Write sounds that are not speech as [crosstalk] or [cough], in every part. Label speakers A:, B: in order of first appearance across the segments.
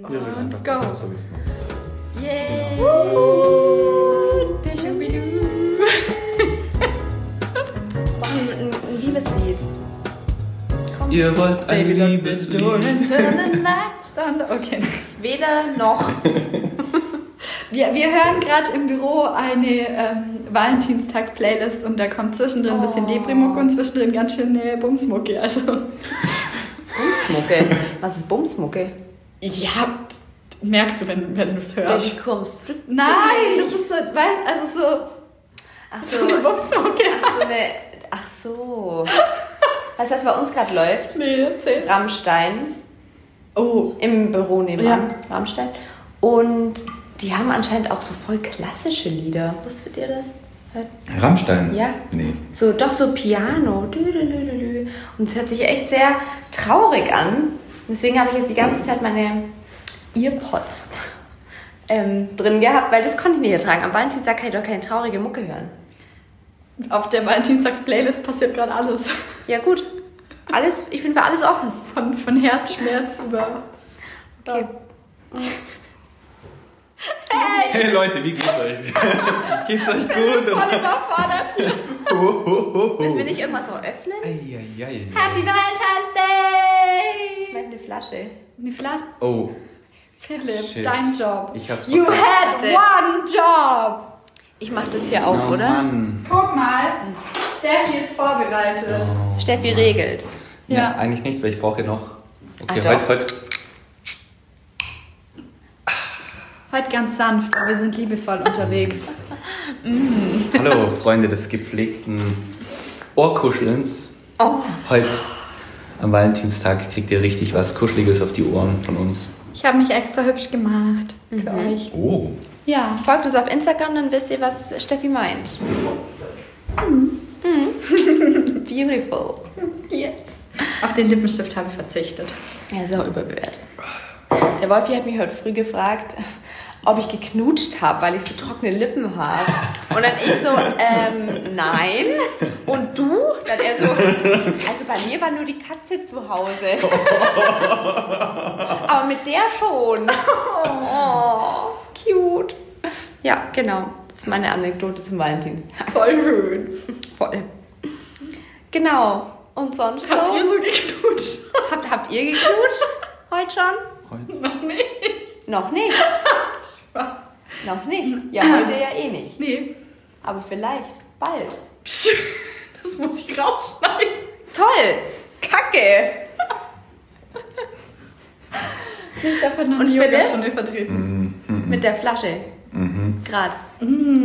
A: Und
B: Und
A: go.
B: go.
A: Yay! Schubidu.
C: [laughs] Machen wir ein, ein Liebeslied.
B: Ihr wollt ein
A: Baby, lock the
B: Liebeslied.
A: door into the nightstand. Okay.
C: Weder noch.
A: Wir, wir hören gerade im Büro eine ähm, Valentinstag-Playlist und da kommt zwischendrin ein bisschen
C: Oh.
A: Deprimuck und zwischendrin ganz schöne Bumsmucke. Also,
C: Bumsmucke. Was ist Bumsmucke?
A: ja, merkst du, wenn, wenn du es hörst.
C: Ich komm strip.
A: Nein, das ist so, weil, also so,
C: Ach [laughs] so,
A: so eine Bumsmucke.
C: so eine. Ach so. Weißt du, was bei uns gerade läuft?
A: Nee, erzähl.
C: Rammstein.
A: Oh,
C: Im Büro nebenan. Rammstein. Und die haben anscheinend auch so voll klassische Lieder. Wusstet ihr das? Hört
B: Rammstein?
C: Ja.
B: Nee.
C: So, doch so Piano. Dü, dü, dü, dü, dü. Und es hört sich echt sehr traurig an. Deswegen habe ich jetzt die ganze Zeit meine Earpods ähm, drin gehabt, weil das konnte ich nicht ertragen. Am Valentinstag kann ich doch keine traurige Mucke hören.
A: auf der Valentinstags-Playlist passiert gerade alles.
C: Ja, gut. Alles, ich bin für alles offen.
A: Von, von Herzschmerz über.
C: Okay.
B: Hey Leute, wie geht's
A: [laughs]
B: euch? geht's euch gut?
A: Voll überfordert.
B: Oh, oh, oh, oh.
C: Müssen wir nicht irgendwas noch öffnen?
B: Eieiei.
A: Happy Valentine's Day!
C: Ich meine, eine Flasche.
A: Nee, vielleicht,
B: Oh,
A: Philipp,
B: Shit.
A: dein Job.
B: ich hab's
A: You
B: verpasst.
A: had
C: Warte.
A: one job!
C: Ich mache das hier auf,
B: oh,
C: oder?
B: Mann.
A: Guck mal, Steffi ist vorbereitet.
C: Steffi regelt.
B: Nee,
A: Ja.
B: eigentlich nicht, weil ich brauche ja noch. Okay,
C: Ah,
B: heute,
C: doch.
B: heute.
A: Heute ganz sanft, aber wir sind liebevoll unterwegs.
B: Hallo, Freunde des gepflegten Ohrkuschelns.
C: Oh.
B: Heute am Valentinstag kriegt ihr richtig was Kuscheliges auf die Ohren von uns.
A: Ich habe mich extra hübsch gemacht für euch.
B: Oh.
A: Ja.
C: Genau. Folgt uns auf Instagram, dann wisst ihr, was Steffi meint. Mhm. [laughs] Beautiful.
A: Jetzt. Auf den Lippenstift habe ich verzichtet.
C: Er ist auch überbewertet. Der Wolfi hat mich heute früh gefragt, ob ich geknutscht habe, weil ich so trockene Lippen habe. Und dann ich so, ähm, nein. Und du? Dann er so, also bei mir war nur die Katze zu Hause. Aber mit der schon. Oh, cute. Ja, genau. Das ist meine Anekdote zum Valentinstag.
A: Voll schön.
C: Voll. Genau. Und sonst so?
A: Habt ihr so geknutscht?
C: Habt, habt ihr geknutscht heute schon?
B: Heute.
A: Noch nicht.
C: Noch nicht.
A: Was?
C: Noch nicht. Ja, heute ja eh nicht.
A: Nee.
C: Aber vielleicht. Bald.
A: Psch, Das muss ich rausschneiden.
C: Toll. Kacke.
A: Ich darf heute noch
C: Und
A: eine Yoga
C: Philipp?
A: Stunde vertreten.
C: Mit der Flasche.
B: Mhm.
C: Grad.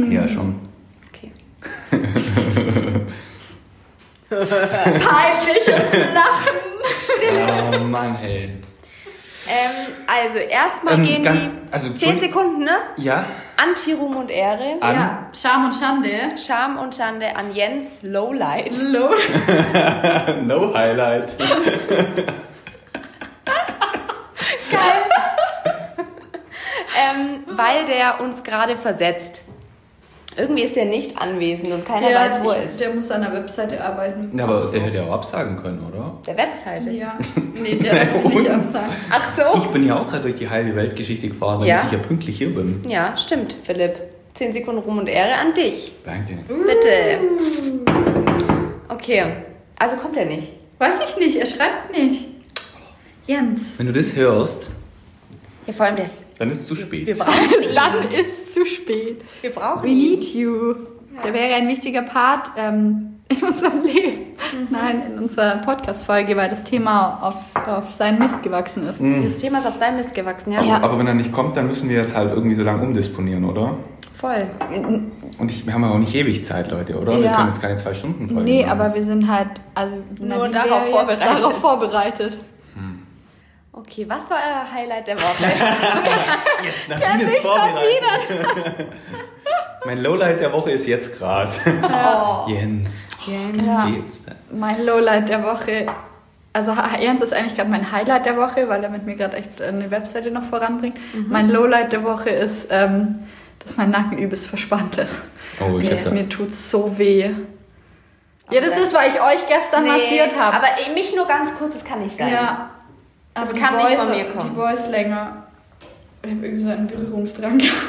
B: Ja,
A: [laughs]
B: schon. [laughs]
C: Okay.
A: Peinliches Lachen.
B: Oh Mann, ey.
C: Ähm, also erstmal
B: Ähm,
C: gehen
B: ganz-
C: die
B: also,
C: 10
B: Entschuldigung.
C: Sekunden, ne?
B: Ja?
C: Anti-Ruhm und Ehre.
B: An.
A: Ja, Scham und Schande.
C: Scham und Schande an Jens Lowlight.
A: Low.
B: No Highlight.
C: Ähm, weil der uns gerade versetzt. Irgendwie ist er nicht anwesend und keiner weiß, wo er
A: ich,
C: ist.
A: der muss an der Webseite arbeiten.
B: Ja, aber der hätte ja auch absagen können, oder?
C: Der Webseite.
B: [laughs]
A: Ja. Nee, der darf
B: Bei
A: nicht
B: uns.
A: absagen.
C: Ach so.
B: Ich bin ja auch gerade durch die halbe Weltgeschichte gefahren, damit
C: Oh. Ja.
B: ich ja pünktlich hier bin.
C: Ja, stimmt, Philipp. 10 Sekunden Ruhm und Ehre an dich.
B: Danke.
C: Bitte. Okay, also kommt er nicht.
A: Weiß ich nicht, er schreibt nicht. Jens.
B: Wenn du das hörst,
C: Ja, vor allem der ist.
B: dann ist es zu spät.
C: Wir brauchen ihn.
A: Dann ist zu spät.
C: Wir brauchen
A: We
C: ihn.
A: need you. Der wäre ein wichtiger Part ähm, in unserem [laughs] Leben. Nein, in unserer Podcast-Folge, weil das Thema auf, auf seinen Mist gewachsen ist.
C: Hm. Das Thema ist auf seinem Mist gewachsen, ja?
A: Ja.
B: Aber wenn er nicht kommt, dann müssen wir jetzt halt irgendwie so lange umdisponieren, oder?
C: Voll.
B: Und ich, wir haben ja auch nicht ewig Zeit, Leute, oder? Wir
A: Ja.
B: können jetzt keine zwei Stunden folgen.
A: Nee, aber wir sind halt, also
C: Nur
A: Nadine
C: darauf
A: wäre jetzt
C: vorbereitet.
A: darauf vorbereitet.
C: Okay, was war euer Highlight der
A: [laughs]
C: Woche?
B: Nadine ist vorbereitet. Mein Lowlight der Woche ist jetzt
C: [laughs]
B: gerade.
C: Oh.
B: Jens. Oh,
A: Ja.
B: Jens.
A: Mein Lowlight der Woche. Also H- Jens ist eigentlich gerade mein Highlight der Woche, weil er mit mir gerade echt eine Webseite noch voranbringt. Mein Lowlight der Woche ist, ähm, dass mein Nacken übelst verspannt ist.
B: Oh, ich
A: mir, ist
B: hätte.
A: mir tut's so weh. Ja, das
C: Aber-
A: ist, weil ich euch gestern massiert habe.
C: Aber eh, mich nur ganz kurz, das kann nicht sein.
A: ja,
C: Das
A: aber die
C: kann nicht von
A: Voice-
C: mir kommen.
A: Die Voice länger. ich habe irgendwie so einen Berührungsdrang [laughs] gehabt.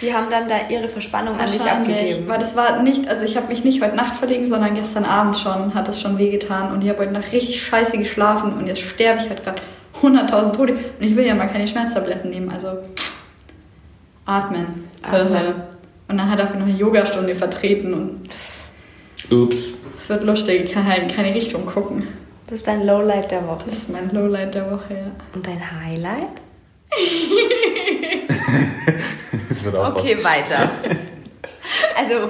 C: Die haben dann da ihre Verspannung an dich abgegeben.
A: Weil das war nicht, also ich habe mich nicht heute Nacht verlegen, sondern gestern Abend schon hat es schon wehgetan und ich habe heute Nacht richtig scheiße geschlafen und jetzt sterbe ich halt gerade 100.000 Tote und ich will ja mal keine Schmerztabletten nehmen, also atmen.
C: Atmen.
A: Und dann hat er für noch eine Yogastunde vertreten und
B: Ups.
A: es wird lustig, ich kann halt in keine Richtung gucken.
C: Das ist dein Lowlight der Woche.
A: Das ist mein Lowlight der Woche, ja.
C: Und dein Highlight?
B: Das wird auch
C: Okay, weiter. [laughs] Also,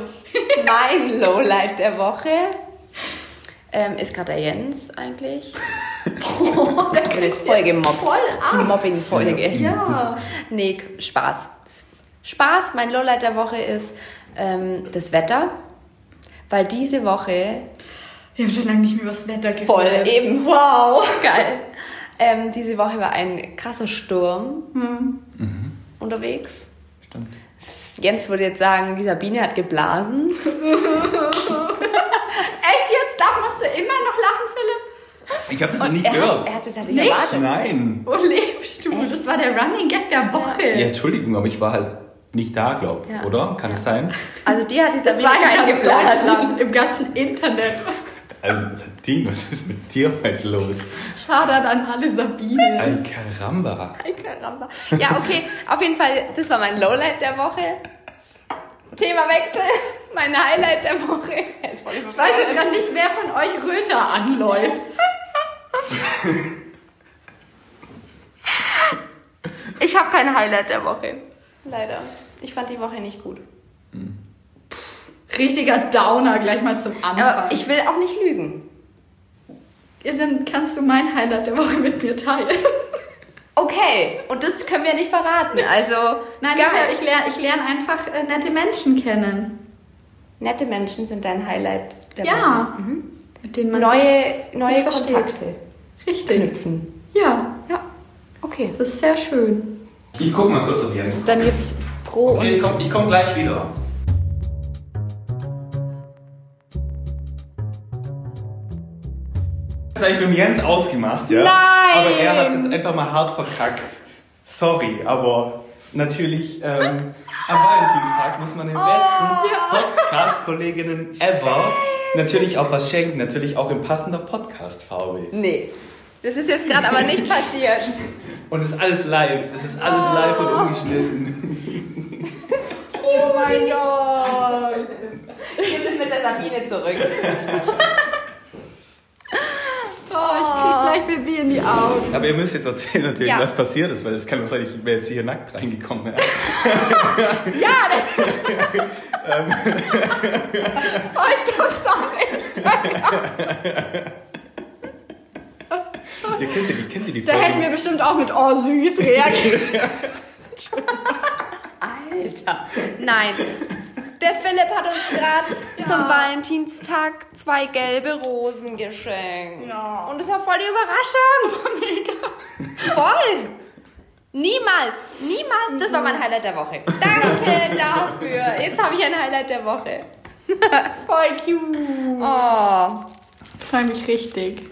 C: mein Lowlight der Woche ähm, ist gerade der Jens eigentlich.
A: Boah, der
C: Der ist
A: kriegt
C: voll
A: jetzt
C: gemobbt.
A: Voll
C: Die
A: ab.
C: Mobbing-Folge.
A: Ja.
C: Nee, Spaß. Spaß, mein Lowlight der Woche ist ähm, das Wetter. Weil diese Woche
A: Wir haben schon lange nicht mehr über das Wetter geredet.
C: Voll, eben.
A: Wow.
C: Geil. Ähm, diese Woche war ein krasser Sturm Mhm. unterwegs.
B: Stimmt.
C: Jens würde jetzt sagen, die Sabine hat geblasen.
A: Echt jetzt? Da musst du immer noch lachen, Philipp?
B: Ich habe das noch nie
C: er hat
B: gehört.
C: es jetzt halt nicht
A: Nicht?
C: erwartet.
B: Nein.
A: Wo lebst du? Das war der Running Gag der Woche.
B: Ja, Entschuldigung, aber ich war halt nicht da, glaube ich,
C: Ja.
B: oder? Kann es sein?
C: Also die hat die
A: Das
C: Sabine
A: war ja
C: keinen
A: in
C: geblasen.
A: Deutschland, im ganzen Internet.
B: Also, Ding, was ist mit dir heute los?
A: Schade an alle Sabine.
B: Ein Karamba.
C: Ein Karamba. Ja, okay. Auf jeden Fall, das war mein Lowlight der Woche. Themawechsel. Mein Highlight der Woche. Er ist voll
A: Ich weiß jetzt gerade nicht, wer von euch Röter anläuft.
C: Ich habe kein Highlight der Woche. Leider. Ich fand die Woche nicht gut.
A: Richtiger Downer gleich mal zum Anfang.
C: Aber ich will auch nicht lügen.
A: ja, dann kannst du mein Highlight der Woche mit mir teilen.
C: Okay, und das können wir nicht verraten. Also,
A: Nein,
C: geil.
A: ich, ich lerne ich lern einfach äh, nette Menschen kennen.
C: nette Menschen sind dein Highlight der Woche.
A: Ja. Mit denen man
C: Neue, neue
A: Ich verstehe.
C: Kontakte
A: sich richtig.
C: knüpfen.
A: Ja,
C: Ja, okay.
A: das ist sehr schön.
B: Ich guck mal kurz, ob Jens.
A: Dann gibt's Pro und
B: ich komme komm gleich wieder.
D: Das habe ich mit dem Jens ausgemacht, ja.
C: Nein!
D: Aber er hat es jetzt einfach mal hart verkackt. Sorry, aber natürlich ähm, am Valentinstag muss man den besten Podcast-Kolleginnen ever natürlich auch was schenken. Natürlich auch in passender Podcast-Farbe.
C: Nee, das ist jetzt gerade aber [laughs] nicht passiert.
D: Und es ist alles live. Es ist alles live und ungeschnitten.
A: Oh mein Gott!
C: Gib es mit der Sabine zurück. [laughs]
A: Oh, ich krieg gleich Baby in die Augen.
D: Aber ihr müsst jetzt erzählen natürlich,
C: Ja.
D: was passiert ist, weil es kann doch sein, ich wäre jetzt hier nackt
C: [laughs]
D: reingekommen. Ja.
A: Ja! das-
C: Oh,
A: Folgt uns auf Instagram.
D: Ihr kennt ja die, kennt ja die
A: Da hätten wir bestimmt auch mit Oh süß reagiert.
C: Alter, nein. Der Philipp hat uns gerade zum Valentinstag zwei gelbe Rosen geschenkt.
A: Ja.
C: Und es war voll die Überraschung. Voll. Niemals, niemals. Das war mein Highlight der Woche. Danke dafür. Jetzt habe ich ein Highlight der Woche.
A: Voll cute.
C: Oh.
A: Freue mich richtig.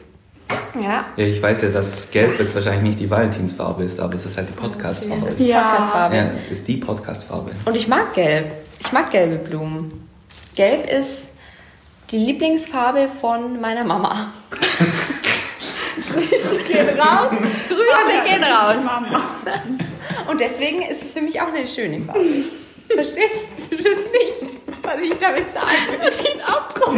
C: Ja.
B: Ja, ich weiß ja, dass Gelb jetzt wahrscheinlich nicht die Valentinsfarbe ist, aber es ist halt die
C: Das
B: Podcastfarbe.
C: ist die
A: Ja.
C: Podcastfarbe.
B: Ja, es ist die Podcastfarbe.
C: Und ich mag gelb. Ich mag gelbe Blumen. Gelb ist die Lieblingsfarbe von meiner Mama.
A: [laughs] Gehen raus.
C: Grüße gehen raus.
A: Mama.
C: Und deswegen ist es für mich auch eine schöne Farbe. Verstehst du das nicht?
A: Was ich damit sagen will. Den Abbruch.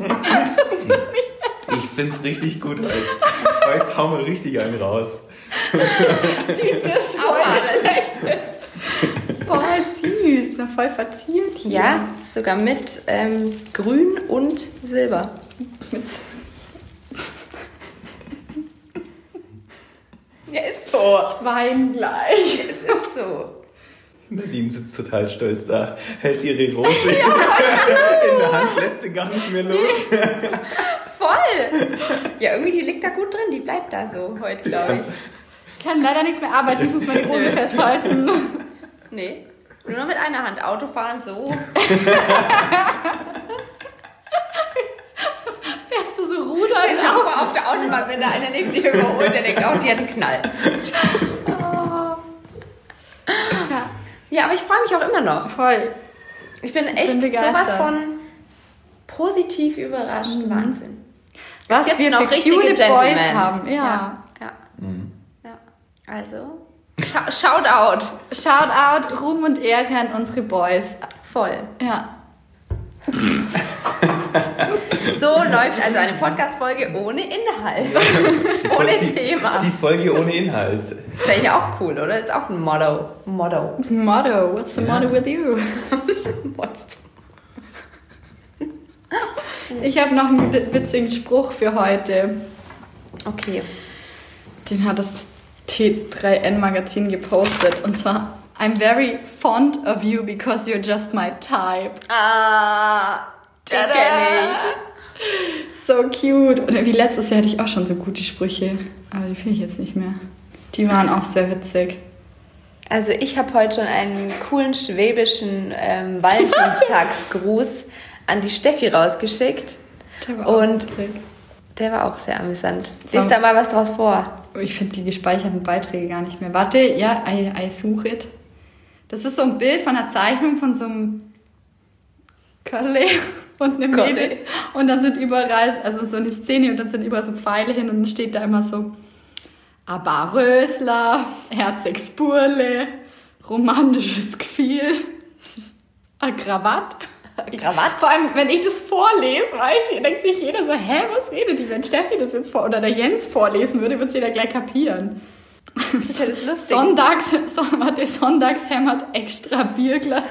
A: Das wird nicht besser.
B: Ich find's richtig gut.
D: Heute hauen wir richtig einen raus.
A: Die das
C: Aua,
A: voll schlecht. Voll Oh, süß. Na, voll verziert hier.
C: Ja, sogar mit ähm, Grün und [laughs] Silber. Ja, ist so.
A: Wein gleich.
C: [laughs] Es ist so.
D: Nadine sitzt total stolz da, hält ihre
C: [laughs]
D: Rose [laughs] in der Hand, lässt sie gar nicht mehr los.
C: Voll. Ja, irgendwie, die liegt da gut drin. Die bleibt da so heute, glaube ich.
A: Ich kann leider nichts mehr arbeiten. Ich muss meine Hose festhalten.
C: Nee. Nur noch mit einer Hand Autofahren, [laughs] so.
A: Fährst du so Ruder in
C: Ich laufe Genau, auf der Autobahn, wenn da einer neben dir überholt, der denkt, oh, die hat einen Knall. aber ich freue mich auch immer noch.
A: Voll.
C: Ich bin echt
A: Bin begeistert.
C: sowas von positiv überrascht. Wahnsinn.
A: Was
C: gibt
A: wir
C: noch
A: für
C: richtige
A: cute Boys
C: Gentlemans.
A: haben. Ja.
C: Ja.
B: Mhm.
C: ja. Also, Shou- Shoutout.
A: Shout out, Ruhm und Ehre an unsere Boys.
C: Voll.
A: Ja.
B: [laughs]
C: So läuft also eine Podcast-Folge ohne Inhalt. [laughs] ohne Thema.
B: Die Folge ohne Inhalt.
C: Ist eigentlich auch cool, oder? Ist auch ein Motto. Motto.
A: Motto. What's the
B: Ja.
A: motto with you? [laughs]
C: What's-
A: Ich habe noch einen witzigen Spruch für heute.
C: Okay.
A: Den hat das T3N-Magazin gepostet. Und zwar, I'm very fond of you because you're just my type.
C: Ah, den
A: Tada!
C: kenn ich.
A: So cute. Und wie letztes Jahr hatte ich auch schon so gute Sprüche. Aber die finde ich jetzt nicht mehr. Die waren auch sehr witzig.
C: Also ich habe heute schon einen coolen schwäbischen ähm,
A: [laughs]
C: Valentinstagsgruß an die Steffi rausgeschickt.
A: Der war auch
C: Und
A: witzig.
C: der war auch sehr amüsant.
A: So.
C: Siehst da mal was draus vor?
A: Oh, Ich finde die gespeicherten Beiträge gar nicht mehr. Warte, ja, I, I suche it. Das ist so ein Bild von einer Zeichnung von so einem Curly [laughs] und einem
C: Curly.
A: Mädel. Und dann sind überall, also so eine Szene und dann sind überall so Pfeile hin und dann steht da immer so Aber Rösler, Herzegsburle, romantisches Gefühl, [laughs] a Krawatt.
C: Krawatt?
A: Vor allem, wenn ich das vorlese, weißt du, denkt sich jeder so, hä, was redet die? Wenn Steffi das jetzt vor oder der Jens vorlesen würde, würde es jeder gleich kapieren.
C: Ist ja das lustig.
A: Sonntags, [laughs] so- warte, Sonntags hämmert extra Bierglas.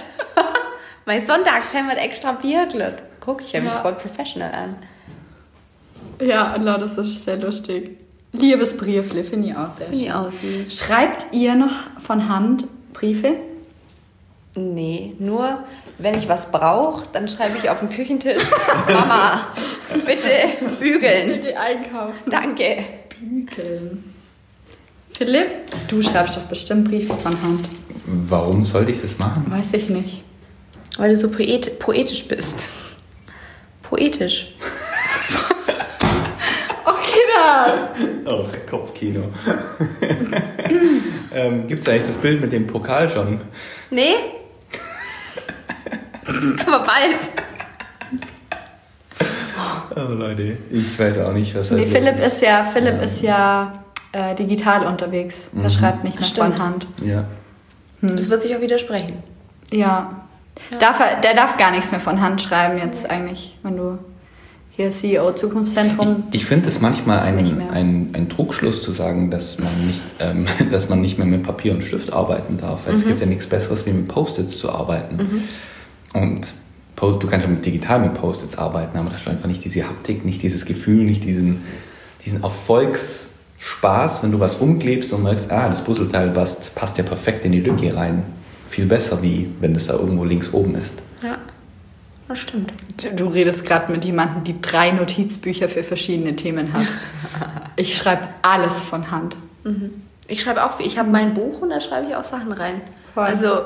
C: mein Sonntagshemd hat extra Bierglut. Guck, ich höre mich
A: Ja.
C: voll professional an.
A: Ja, Allah, das ist sehr lustig. Liebesbriefle, finde ich auch sehr schön.
C: auch süß.
A: Schreibt ihr noch von Hand Briefe?
C: Nee, nur wenn ich was brauche, dann schreibe ich auf den Küchentisch. [laughs] Mama, bitte bügeln.
A: Bitte einkaufen.
C: Danke.
A: Bügeln. Philipp, du schreibst doch bestimmt Briefe von Hand.
B: Warum sollte ich das machen?
A: Weiß ich nicht.
C: Weil du so poet poetisch bist. Poetisch.
A: Okay, das.
B: Oh, Kopfkino. [laughs] ähm, Gibt es eigentlich das Bild mit dem Pokal schon?
C: [laughs] Nee? Aber bald.
B: Oh, Leute. Ich weiß auch nicht, was
A: Nee,
B: los
A: Philipp ist ja, Philipp ist ja äh, digital unterwegs.
B: Mhm.
A: Er schreibt nicht mehr
C: Stimmt.
A: von Hand.
B: Ja.
C: Hm. Das wird sich auch widersprechen.
A: Ja. Darf er, der darf gar nichts mehr von Hand schreiben jetzt eigentlich, wenn du hier CEO Zukunftszentrum.
B: Ich finde es manchmal
A: ist nicht
B: ein,
A: mehr.
B: ein, ein Trugschluss zu sagen, dass man, nicht, ähm, [laughs] dass man nicht mehr mit Papier und Stift arbeiten darf. Weil Es
A: Mhm.
B: gibt ja nichts Besseres, wie mit Post-its zu arbeiten.
A: Mhm.
B: Und po du kannst ja mit digital mit Post-its arbeiten, aber da hast du einfach nicht diese Haptik, nicht dieses Gefühl, nicht diesen, diesen Erfolgsspaß, wenn du was umklebst und merkst, ah, das Puzzleteil passt, passt ja perfekt in die Lücke rein. Viel besser, wie wenn das da irgendwo links oben ist.
C: Ja, das stimmt.
A: Du, du redest gerade mit jemandem, die drei Notizbücher für verschiedene Themen [laughs] hat. Ich schreibe alles von Hand.
C: Ich schreibe auch, viel. ich habe mein Buch und da schreibe ich auch Sachen rein.
A: Voll.
C: Also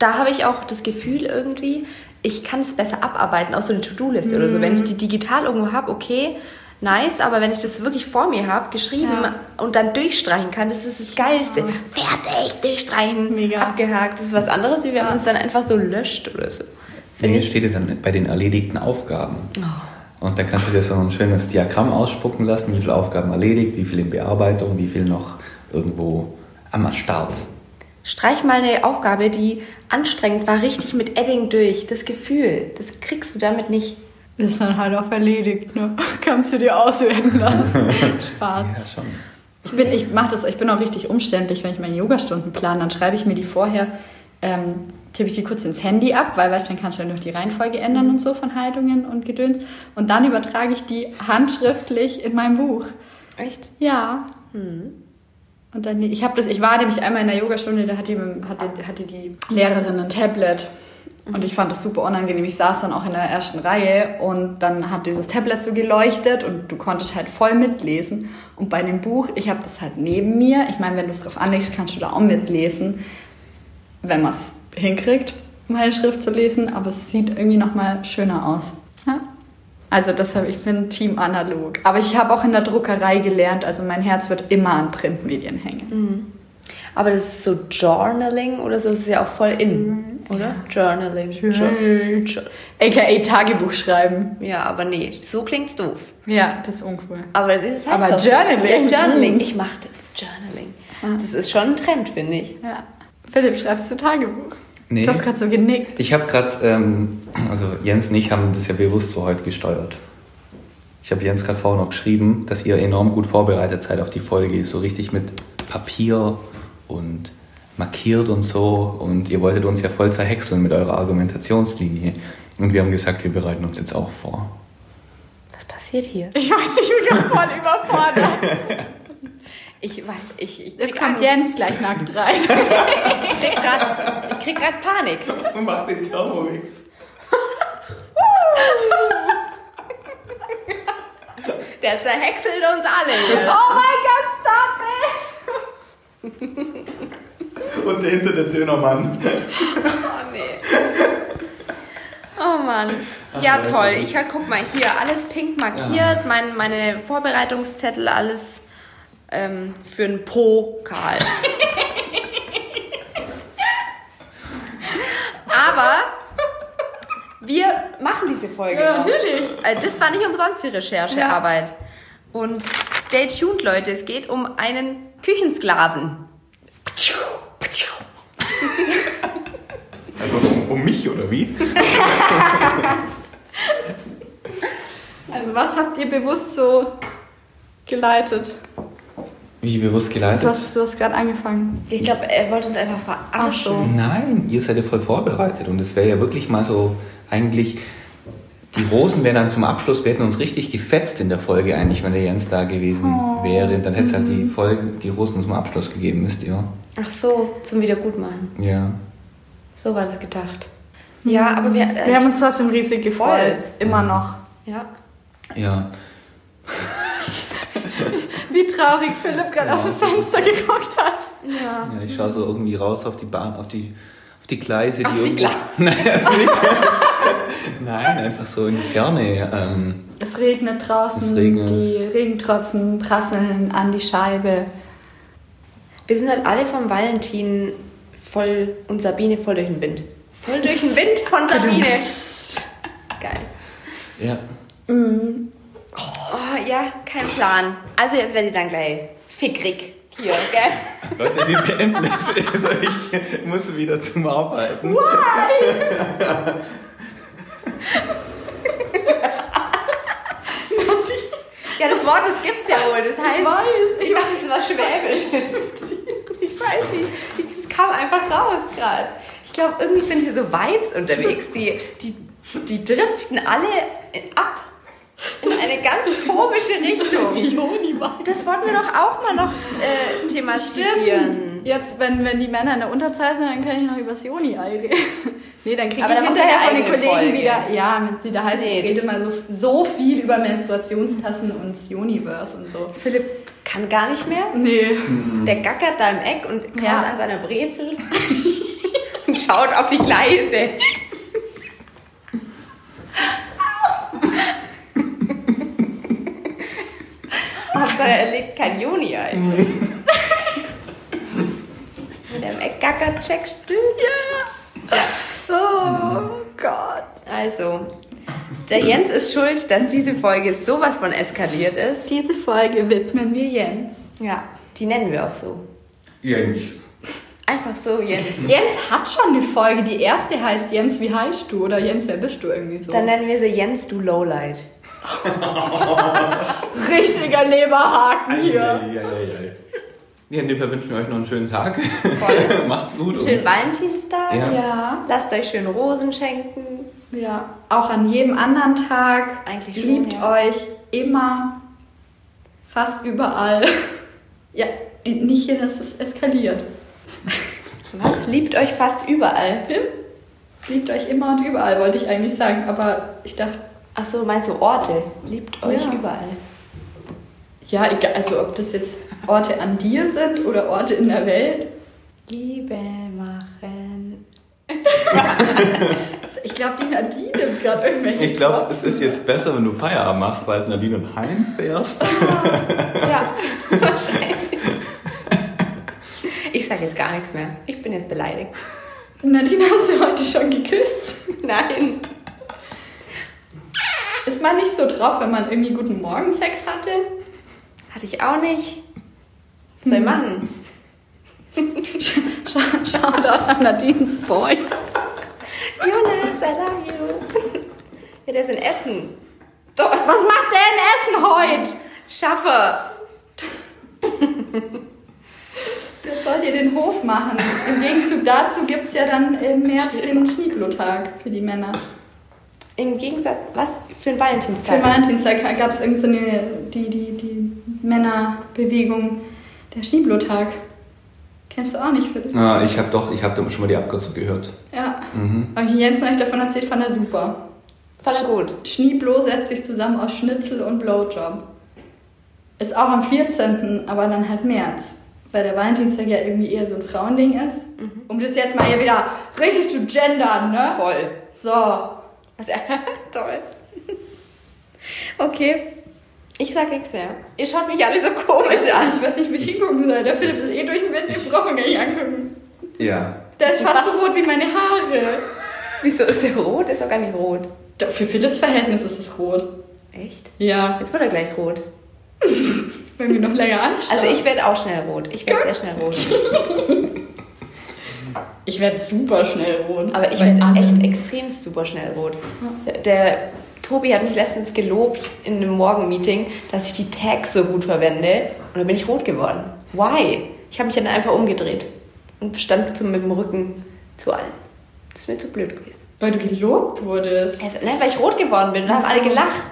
C: da habe ich auch das Gefühl irgendwie, ich kann es besser abarbeiten, auch so eine To-Do-Liste oder so. Wenn
A: Mhm.
C: ich die digital irgendwo habe, okay, nice, aber wenn ich das wirklich vor mir habe, geschrieben und dann durchstreichen kann, das ist das Geilste. Fertig, durchstreichen,
A: Mega.
C: abgehakt. Das ist was anderes, wie wenn man es dann einfach so löscht oder so.
B: Nee, steht ja dann bei den erledigten Aufgaben. Und dann kannst du dir so ein schönes Diagramm ausspucken lassen, wie viele Aufgaben erledigt, wie viel in Bearbeitung, wie viel noch irgendwo am Start.
C: Streich mal eine Aufgabe, die anstrengend war, richtig mit Edding durch. Das Gefühl, das kriegst du damit nicht.
A: Ist dann halt auch erledigt, ne? Kannst du dir auswählen
B: [laughs]
A: lassen. Spaß.
B: Ja, schon.
A: Ich bin, ich mache das, ich bin auch richtig umständlich, wenn ich meine Yogastunden plane, dann schreibe ich mir die vorher, ähm, tippe ich die kurz ins Handy ab, weil weißt, du, dann kannst du ja noch die Reihenfolge ändern und so von Haltungen und Gedöns. Und dann übertrage ich die handschriftlich in mein Buch.
C: Echt?
A: Ja. Und dann, ich habe das, ich war nämlich einmal in der Yogastunde, da hatte, die- hatte, hatte die Lehrerin ein Tablet. Und ich fand das super unangenehm. Ich saß dann auch in der ersten Reihe und dann hat dieses Tablet so geleuchtet und du konntest halt voll mitlesen. Und bei dem Buch, ich habe das halt neben mir. Ich meine, wenn du es drauf anlegst, kannst du da auch mitlesen, wenn man es hinkriegt, meine Schrift zu lesen. Aber es sieht irgendwie nochmal schöner aus. Ja. Also deshalb, ich bin Team analog. Aber ich habe auch in der Druckerei gelernt, also mein Herz wird immer an Printmedien hängen.
C: Aber das ist so Journaling oder so, das ist ja auch voll in, oder? Journaling. Jo- jo-
A: AKA Tagebuch schreiben.
C: Ja, aber nee, so klingt's doof.
A: Ja, das ist uncool.
C: Aber das heißt
A: Aber
C: auch so.
A: Journaling. Mhm. Ah.
C: Ja, Journaling. Ich mache das. Journaling. Das ist schon ein Trend, finde ich.
A: Ja. Philipp, schreibst du Tagebuch?
B: Nee.
A: Du hast gerade so genickt.
B: Ich habe gerade, ähm, also Jens und ich haben das ja bewusst so heute gesteuert. Ich habe Jens gerade vorhin noch geschrieben, dass ihr enorm gut vorbereitet seid auf die Folge. So richtig mit Papier und markiert und so. Und ihr wolltet uns ja voll zerhäckseln mit eurer Argumentationslinie. Und wir haben gesagt, wir bereiten uns jetzt auch vor.
C: Was passiert hier?
A: Ich weiß nicht, wie ich voll überfordert.
C: Ich weiß, ich, ich
A: Jetzt
C: krieg
A: kommt
C: Angst.
A: Jens gleich nackt rein.
C: Ich krieg grad, ich krieg grad Panik.
D: Und mach den Thermomix.
C: Der zerhäckselt uns alle.
A: [laughs] Oh mein Gott, stop it!
D: Und der hinter der Dönermann.
C: Oh nee. [laughs] Oh Mann.
A: Ah,
C: Ja, toll. Ich guck mal hier, alles pink markiert, mein, meine Vorbereitungszettel, alles ähm, für einen
A: [laughs]
C: Pokal. Aber wir machen diese Folge.
A: Ja,
C: noch.
A: natürlich.
C: Äh, Das war nicht umsonst die Recherchearbeit. Und stay tuned, Leute. Es geht um einen Küchensklaven.
B: Also um, mich oder wie?
A: Also was habt ihr bewusst so geleitet?
B: Wie bewusst geleitet?
A: Du hast, du hast gerade angefangen.
C: Ich glaube, er wollte uns einfach
A: Ach
C: verarschen.
A: so.
B: Nein, ihr seid ja voll vorbereitet und es wäre ja wirklich mal so eigentlich. Die Rosen wären dann zum Abschluss, wir hätten uns richtig gefetzt in der Folge eigentlich, wenn der Jens da gewesen
C: Oh.
B: wäre. Dann hätte es halt die
C: Mhm.
B: Folge, die Rosen zum Abschluss gegeben, wisst ihr?
C: Ach so, zum Wiedergutmachen.
B: Ja.
C: So war das gedacht. Ja, aber wir. äh,
A: Mhm. Wir haben uns trotzdem riesig gefreut.
C: Voll.
A: Immer noch.
C: ja.
B: Ja.
A: Wie traurig Philipp gerade aus dem Fenster geguckt hat.
C: Ja.
B: ja ich schaue so irgendwie raus auf die Bahn, auf die, auf die Gleise,
C: Auf die
B: irgendwie-
C: Gleise.
B: [laughs] Nein, also nicht. Nein, einfach so in die Ferne. Ähm,
A: Es regnet draußen.
B: Es regnet.
A: Die Regentropfen prasseln an die Scheibe.
C: Wir sind halt alle vom Valentin voll und Sabine voll durch den Wind. [laughs] Voll durch den Wind von Sabine. Geil.
B: ja.
C: Oh ja, kein Plan. Also jetzt werdet ihr dann gleich fickrig. Hier, gell?
D: Leute, wir beenden das. [laughs] Also ich muss wieder zum Arbeiten.
C: Ja, das Wort, das gibt's ja wohl. Das heißt.
A: weiß,
C: Ich dachte, es war Schwäbisch. Ich weiß nicht. Es kam einfach raus gerade. Ich glaube, irgendwie sind hier so Vibes unterwegs, die, die, die driften alle in, ab in eine ganz komische Richtung.
A: Joni war.
C: [laughs] Das wollten wir doch auch mal noch äh, thematisieren.
A: Stimmt. Jetzt, wenn, wenn die Männer in der Unterzahl sind, dann kann ich noch über das Joni-Ei reden. Nee, dann kriege
C: Aber
A: ich
C: dann machen
A: hinterher
C: wir
A: von
C: eine
A: den Kollegen
C: eigene Folge.
A: wieder. Ja, mit sie da heißt,
C: Nee,
A: ich rede
C: das-
A: immer so, so viel über Menstruationstassen und das Joniverse und so.
C: Philipp kann gar nicht mehr.
A: Nee.
C: Der gackert da im Eck und kaut
A: Ja.
C: an seiner Brezel [laughs] und schaut auf die Gleise. Hauptsache, er legt kein Juni ein. Wenn er im Eck gackert, checkst du. Ja.
A: Oh Gott.
C: Also, der Jens ist schuld, dass diese Folge sowas von eskaliert ist.
A: Diese Folge widmen wir Jens.
C: Ja, die nennen wir auch so.
B: Jens.
C: Einfach so, Jens.
A: Jens hat schon eine Folge. Die erste heißt Jens, wie heißt du? Oder Jens, wer bist du? Irgendwie so.
C: Dann nennen wir sie Jens, du Lowlight. [laughs]
A: richtiger Leberhaken hier.
B: Eieieiei. Ja, in dem Fall wünschen wir euch noch einen schönen Tag. [laughs]
C: Voll.
B: Macht's gut.
C: Schönen
B: und-
C: Valentinstag.
B: Ja.
A: Ja,
C: Lasst euch schön Rosen schenken.
A: ja. Auch an jedem anderen Tag.
C: Eigentlich schon,
A: Liebt
C: ja.
A: euch immer. Fast überall. [laughs] ja, nicht hier, dass es eskaliert.
C: Was? Liebt euch fast überall.
A: Liebt euch immer und überall, wollte ich eigentlich sagen. Aber ich dachte,
C: Achso, meinst du Orte? Liebt euch
A: Ja.
C: überall.
A: ja, egal. Also, ob das jetzt Orte an dir sind oder Orte in der Welt.
C: Liebe machen.
A: [laughs] Ich glaube, die Nadine nimmt gerade irgendwelche
B: Ich glaube, es
A: Tropfen.
B: ist jetzt besser, wenn du Feierabend machst, weil Nadine und Heim fährst.
C: Ja, wahrscheinlich. [laughs] Ich sag sage jetzt gar nichts mehr. Ich bin jetzt beleidigt. [laughs]
A: Nadine, [laughs] hast du heute schon geküsst?
C: Nein.
A: Ist man nicht so drauf, wenn man irgendwie guten Morgen Sex hatte?
C: Hatte ich auch nicht. Was
A: Hm.
C: soll ich machen?
A: Schau, schau dort an Nadines Boy.
C: Jonas, I love you. Ja, der ist in Essen.
A: Was macht der in Essen heute?
C: Schaffe.
A: Der soll dir den Hof machen. Im Gegenzug dazu gibt es ja dann im März den Schneeblutag für die Männer.
C: Im Gegensatz, was? Für den
A: Für
C: Valentinstag.
A: den Valentinstag gab es irgendeine so eine- die, die, die Männerbewegung, der Schneeblutag. Kennst du auch nicht, Philipp?
B: Ah, ich habe doch, ich habe schon mal die Abkürzung gehört.
A: Ja.
B: Mhm.
A: Aber Jens hat euch davon erzählt, fand er super.
C: Voll gut.
A: Schnieblo setzt sich zusammen aus Schnitzel und Blowjob. Ist auch am 14., aber dann halt März. Weil der Valentinstag ja irgendwie eher so ein Frauending ist.
C: Mhm.
A: Um das jetzt mal hier wieder richtig zu gendern, ne?
C: Voll.
A: So.
C: Was, [laughs] toll. Okay. Ich sag nichts mehr. Ihr schaut mich alle so komisch an.
A: Ich weiß nicht, wie ich hingucken soll. Der Philipp ist eh durch den Wind, ich brauche ihn gar nicht angucken.
B: Ja.
A: Der ist fast so rot wie meine Haare.
C: [laughs] Wieso ist der rot? Der ist doch gar nicht rot.
A: Doch, Für Philipps Verhältnis ist es rot.
C: Echt?
A: Ja.
C: Jetzt wird er gleich rot.
A: Wenn wir noch länger anschauen.
C: Also ich werde auch schnell rot. Ich werde sehr schnell rot.
A: ich werde super schnell rot.
C: Aber ich
A: Bei
C: werde
A: allem.
C: echt extrem super schnell rot. Der Tobi hat mich letztens gelobt in einem Morgenmeeting, dass ich die Tags so gut verwende. Und dann bin ich rot geworden. Why? Ich habe mich dann einfach umgedreht und stand zum, mit dem Rücken zu allen. Das ist mir zu blöd gewesen.
A: Weil du gelobt wurdest.
C: Also, nein, weil ich rot geworden bin. Da haben
A: Ach so.
C: alle gelacht.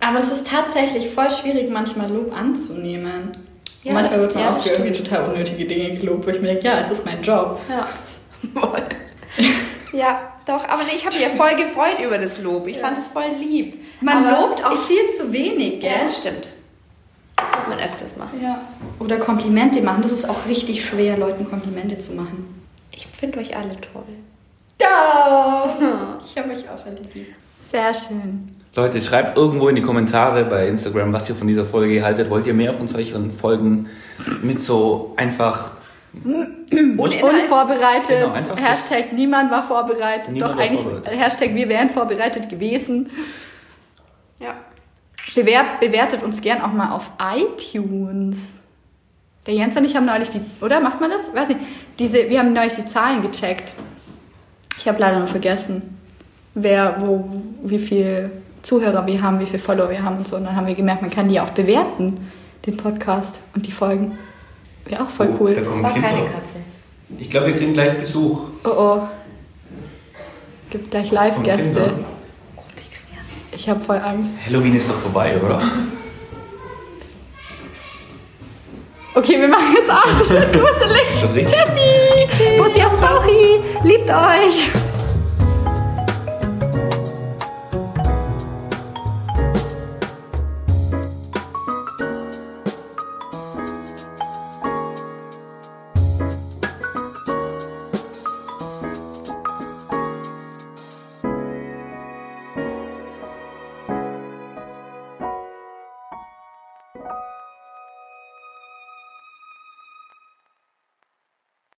A: Aber es ist tatsächlich voll schwierig, manchmal Lob anzunehmen.
C: Ja,
A: Und manchmal wird man
C: ja,
A: auch
C: das
A: für irgendwie total unnötige Dinge gelobt, wo ich mir denke, ja, es ist mein Job.
C: Ja. [laughs] ja, doch, aber nee, ich habe mich ja voll gefreut über das Lob. Ich fand es voll lieb.
A: Man
C: aber
A: lobt auch viel zu wenig,
C: Ja,
A: gell?
C: das stimmt. Das sollte man öfters machen.
A: Ja. Oder Komplimente machen. Das ist auch richtig schwer, Leuten Komplimente zu machen.
C: Ich finde euch alle toll.
A: [laughs] Ja. Ich habe euch auch alle lieb. Sehr schön.
B: Leute, schreibt irgendwo in die Kommentare bei Instagram, was ihr von dieser Folge haltet. Wollt ihr mehr von solchen Folgen mit so einfach
C: Inhalts-
A: Unvorbereitet.
B: Genau, einfach-
A: Hashtag niemand war vorbereitet.
B: Niemand
A: Doch
B: war
A: eigentlich
B: vorbereitet.
A: Hashtag wir wären vorbereitet gewesen.
C: Ja.
A: Bewerb, bewertet uns gern auch mal auf iTunes. Der Jens und ich haben neulich die, oder macht man das? Weiß nicht. Diese, wir haben neulich die Zahlen gecheckt. Ich habe leider noch vergessen, wer, wo, wie viel Zuhörer wir haben, wie viel Follower wir haben und so. Und dann haben wir gemerkt, man kann die auch bewerten, den Podcast und die Folgen. Wäre auch voll
D: Da
A: cool.
D: kommen
C: Das war
D: Kinder.
C: keine Katze.
D: Ich glaube, wir kriegen gleich Besuch.
A: Oh oh. Gibt gleich
D: von
A: Live-Gäste.
D: Kindern.
C: Oh
A: Ich habe voll Angst.
B: Halloween ist doch vorbei, oder?
A: Okay, wir machen jetzt aus. Das wird gruselig.
B: Das ist richtig.
A: Tschüssi. Bussi aus Bauchi. Liebt euch.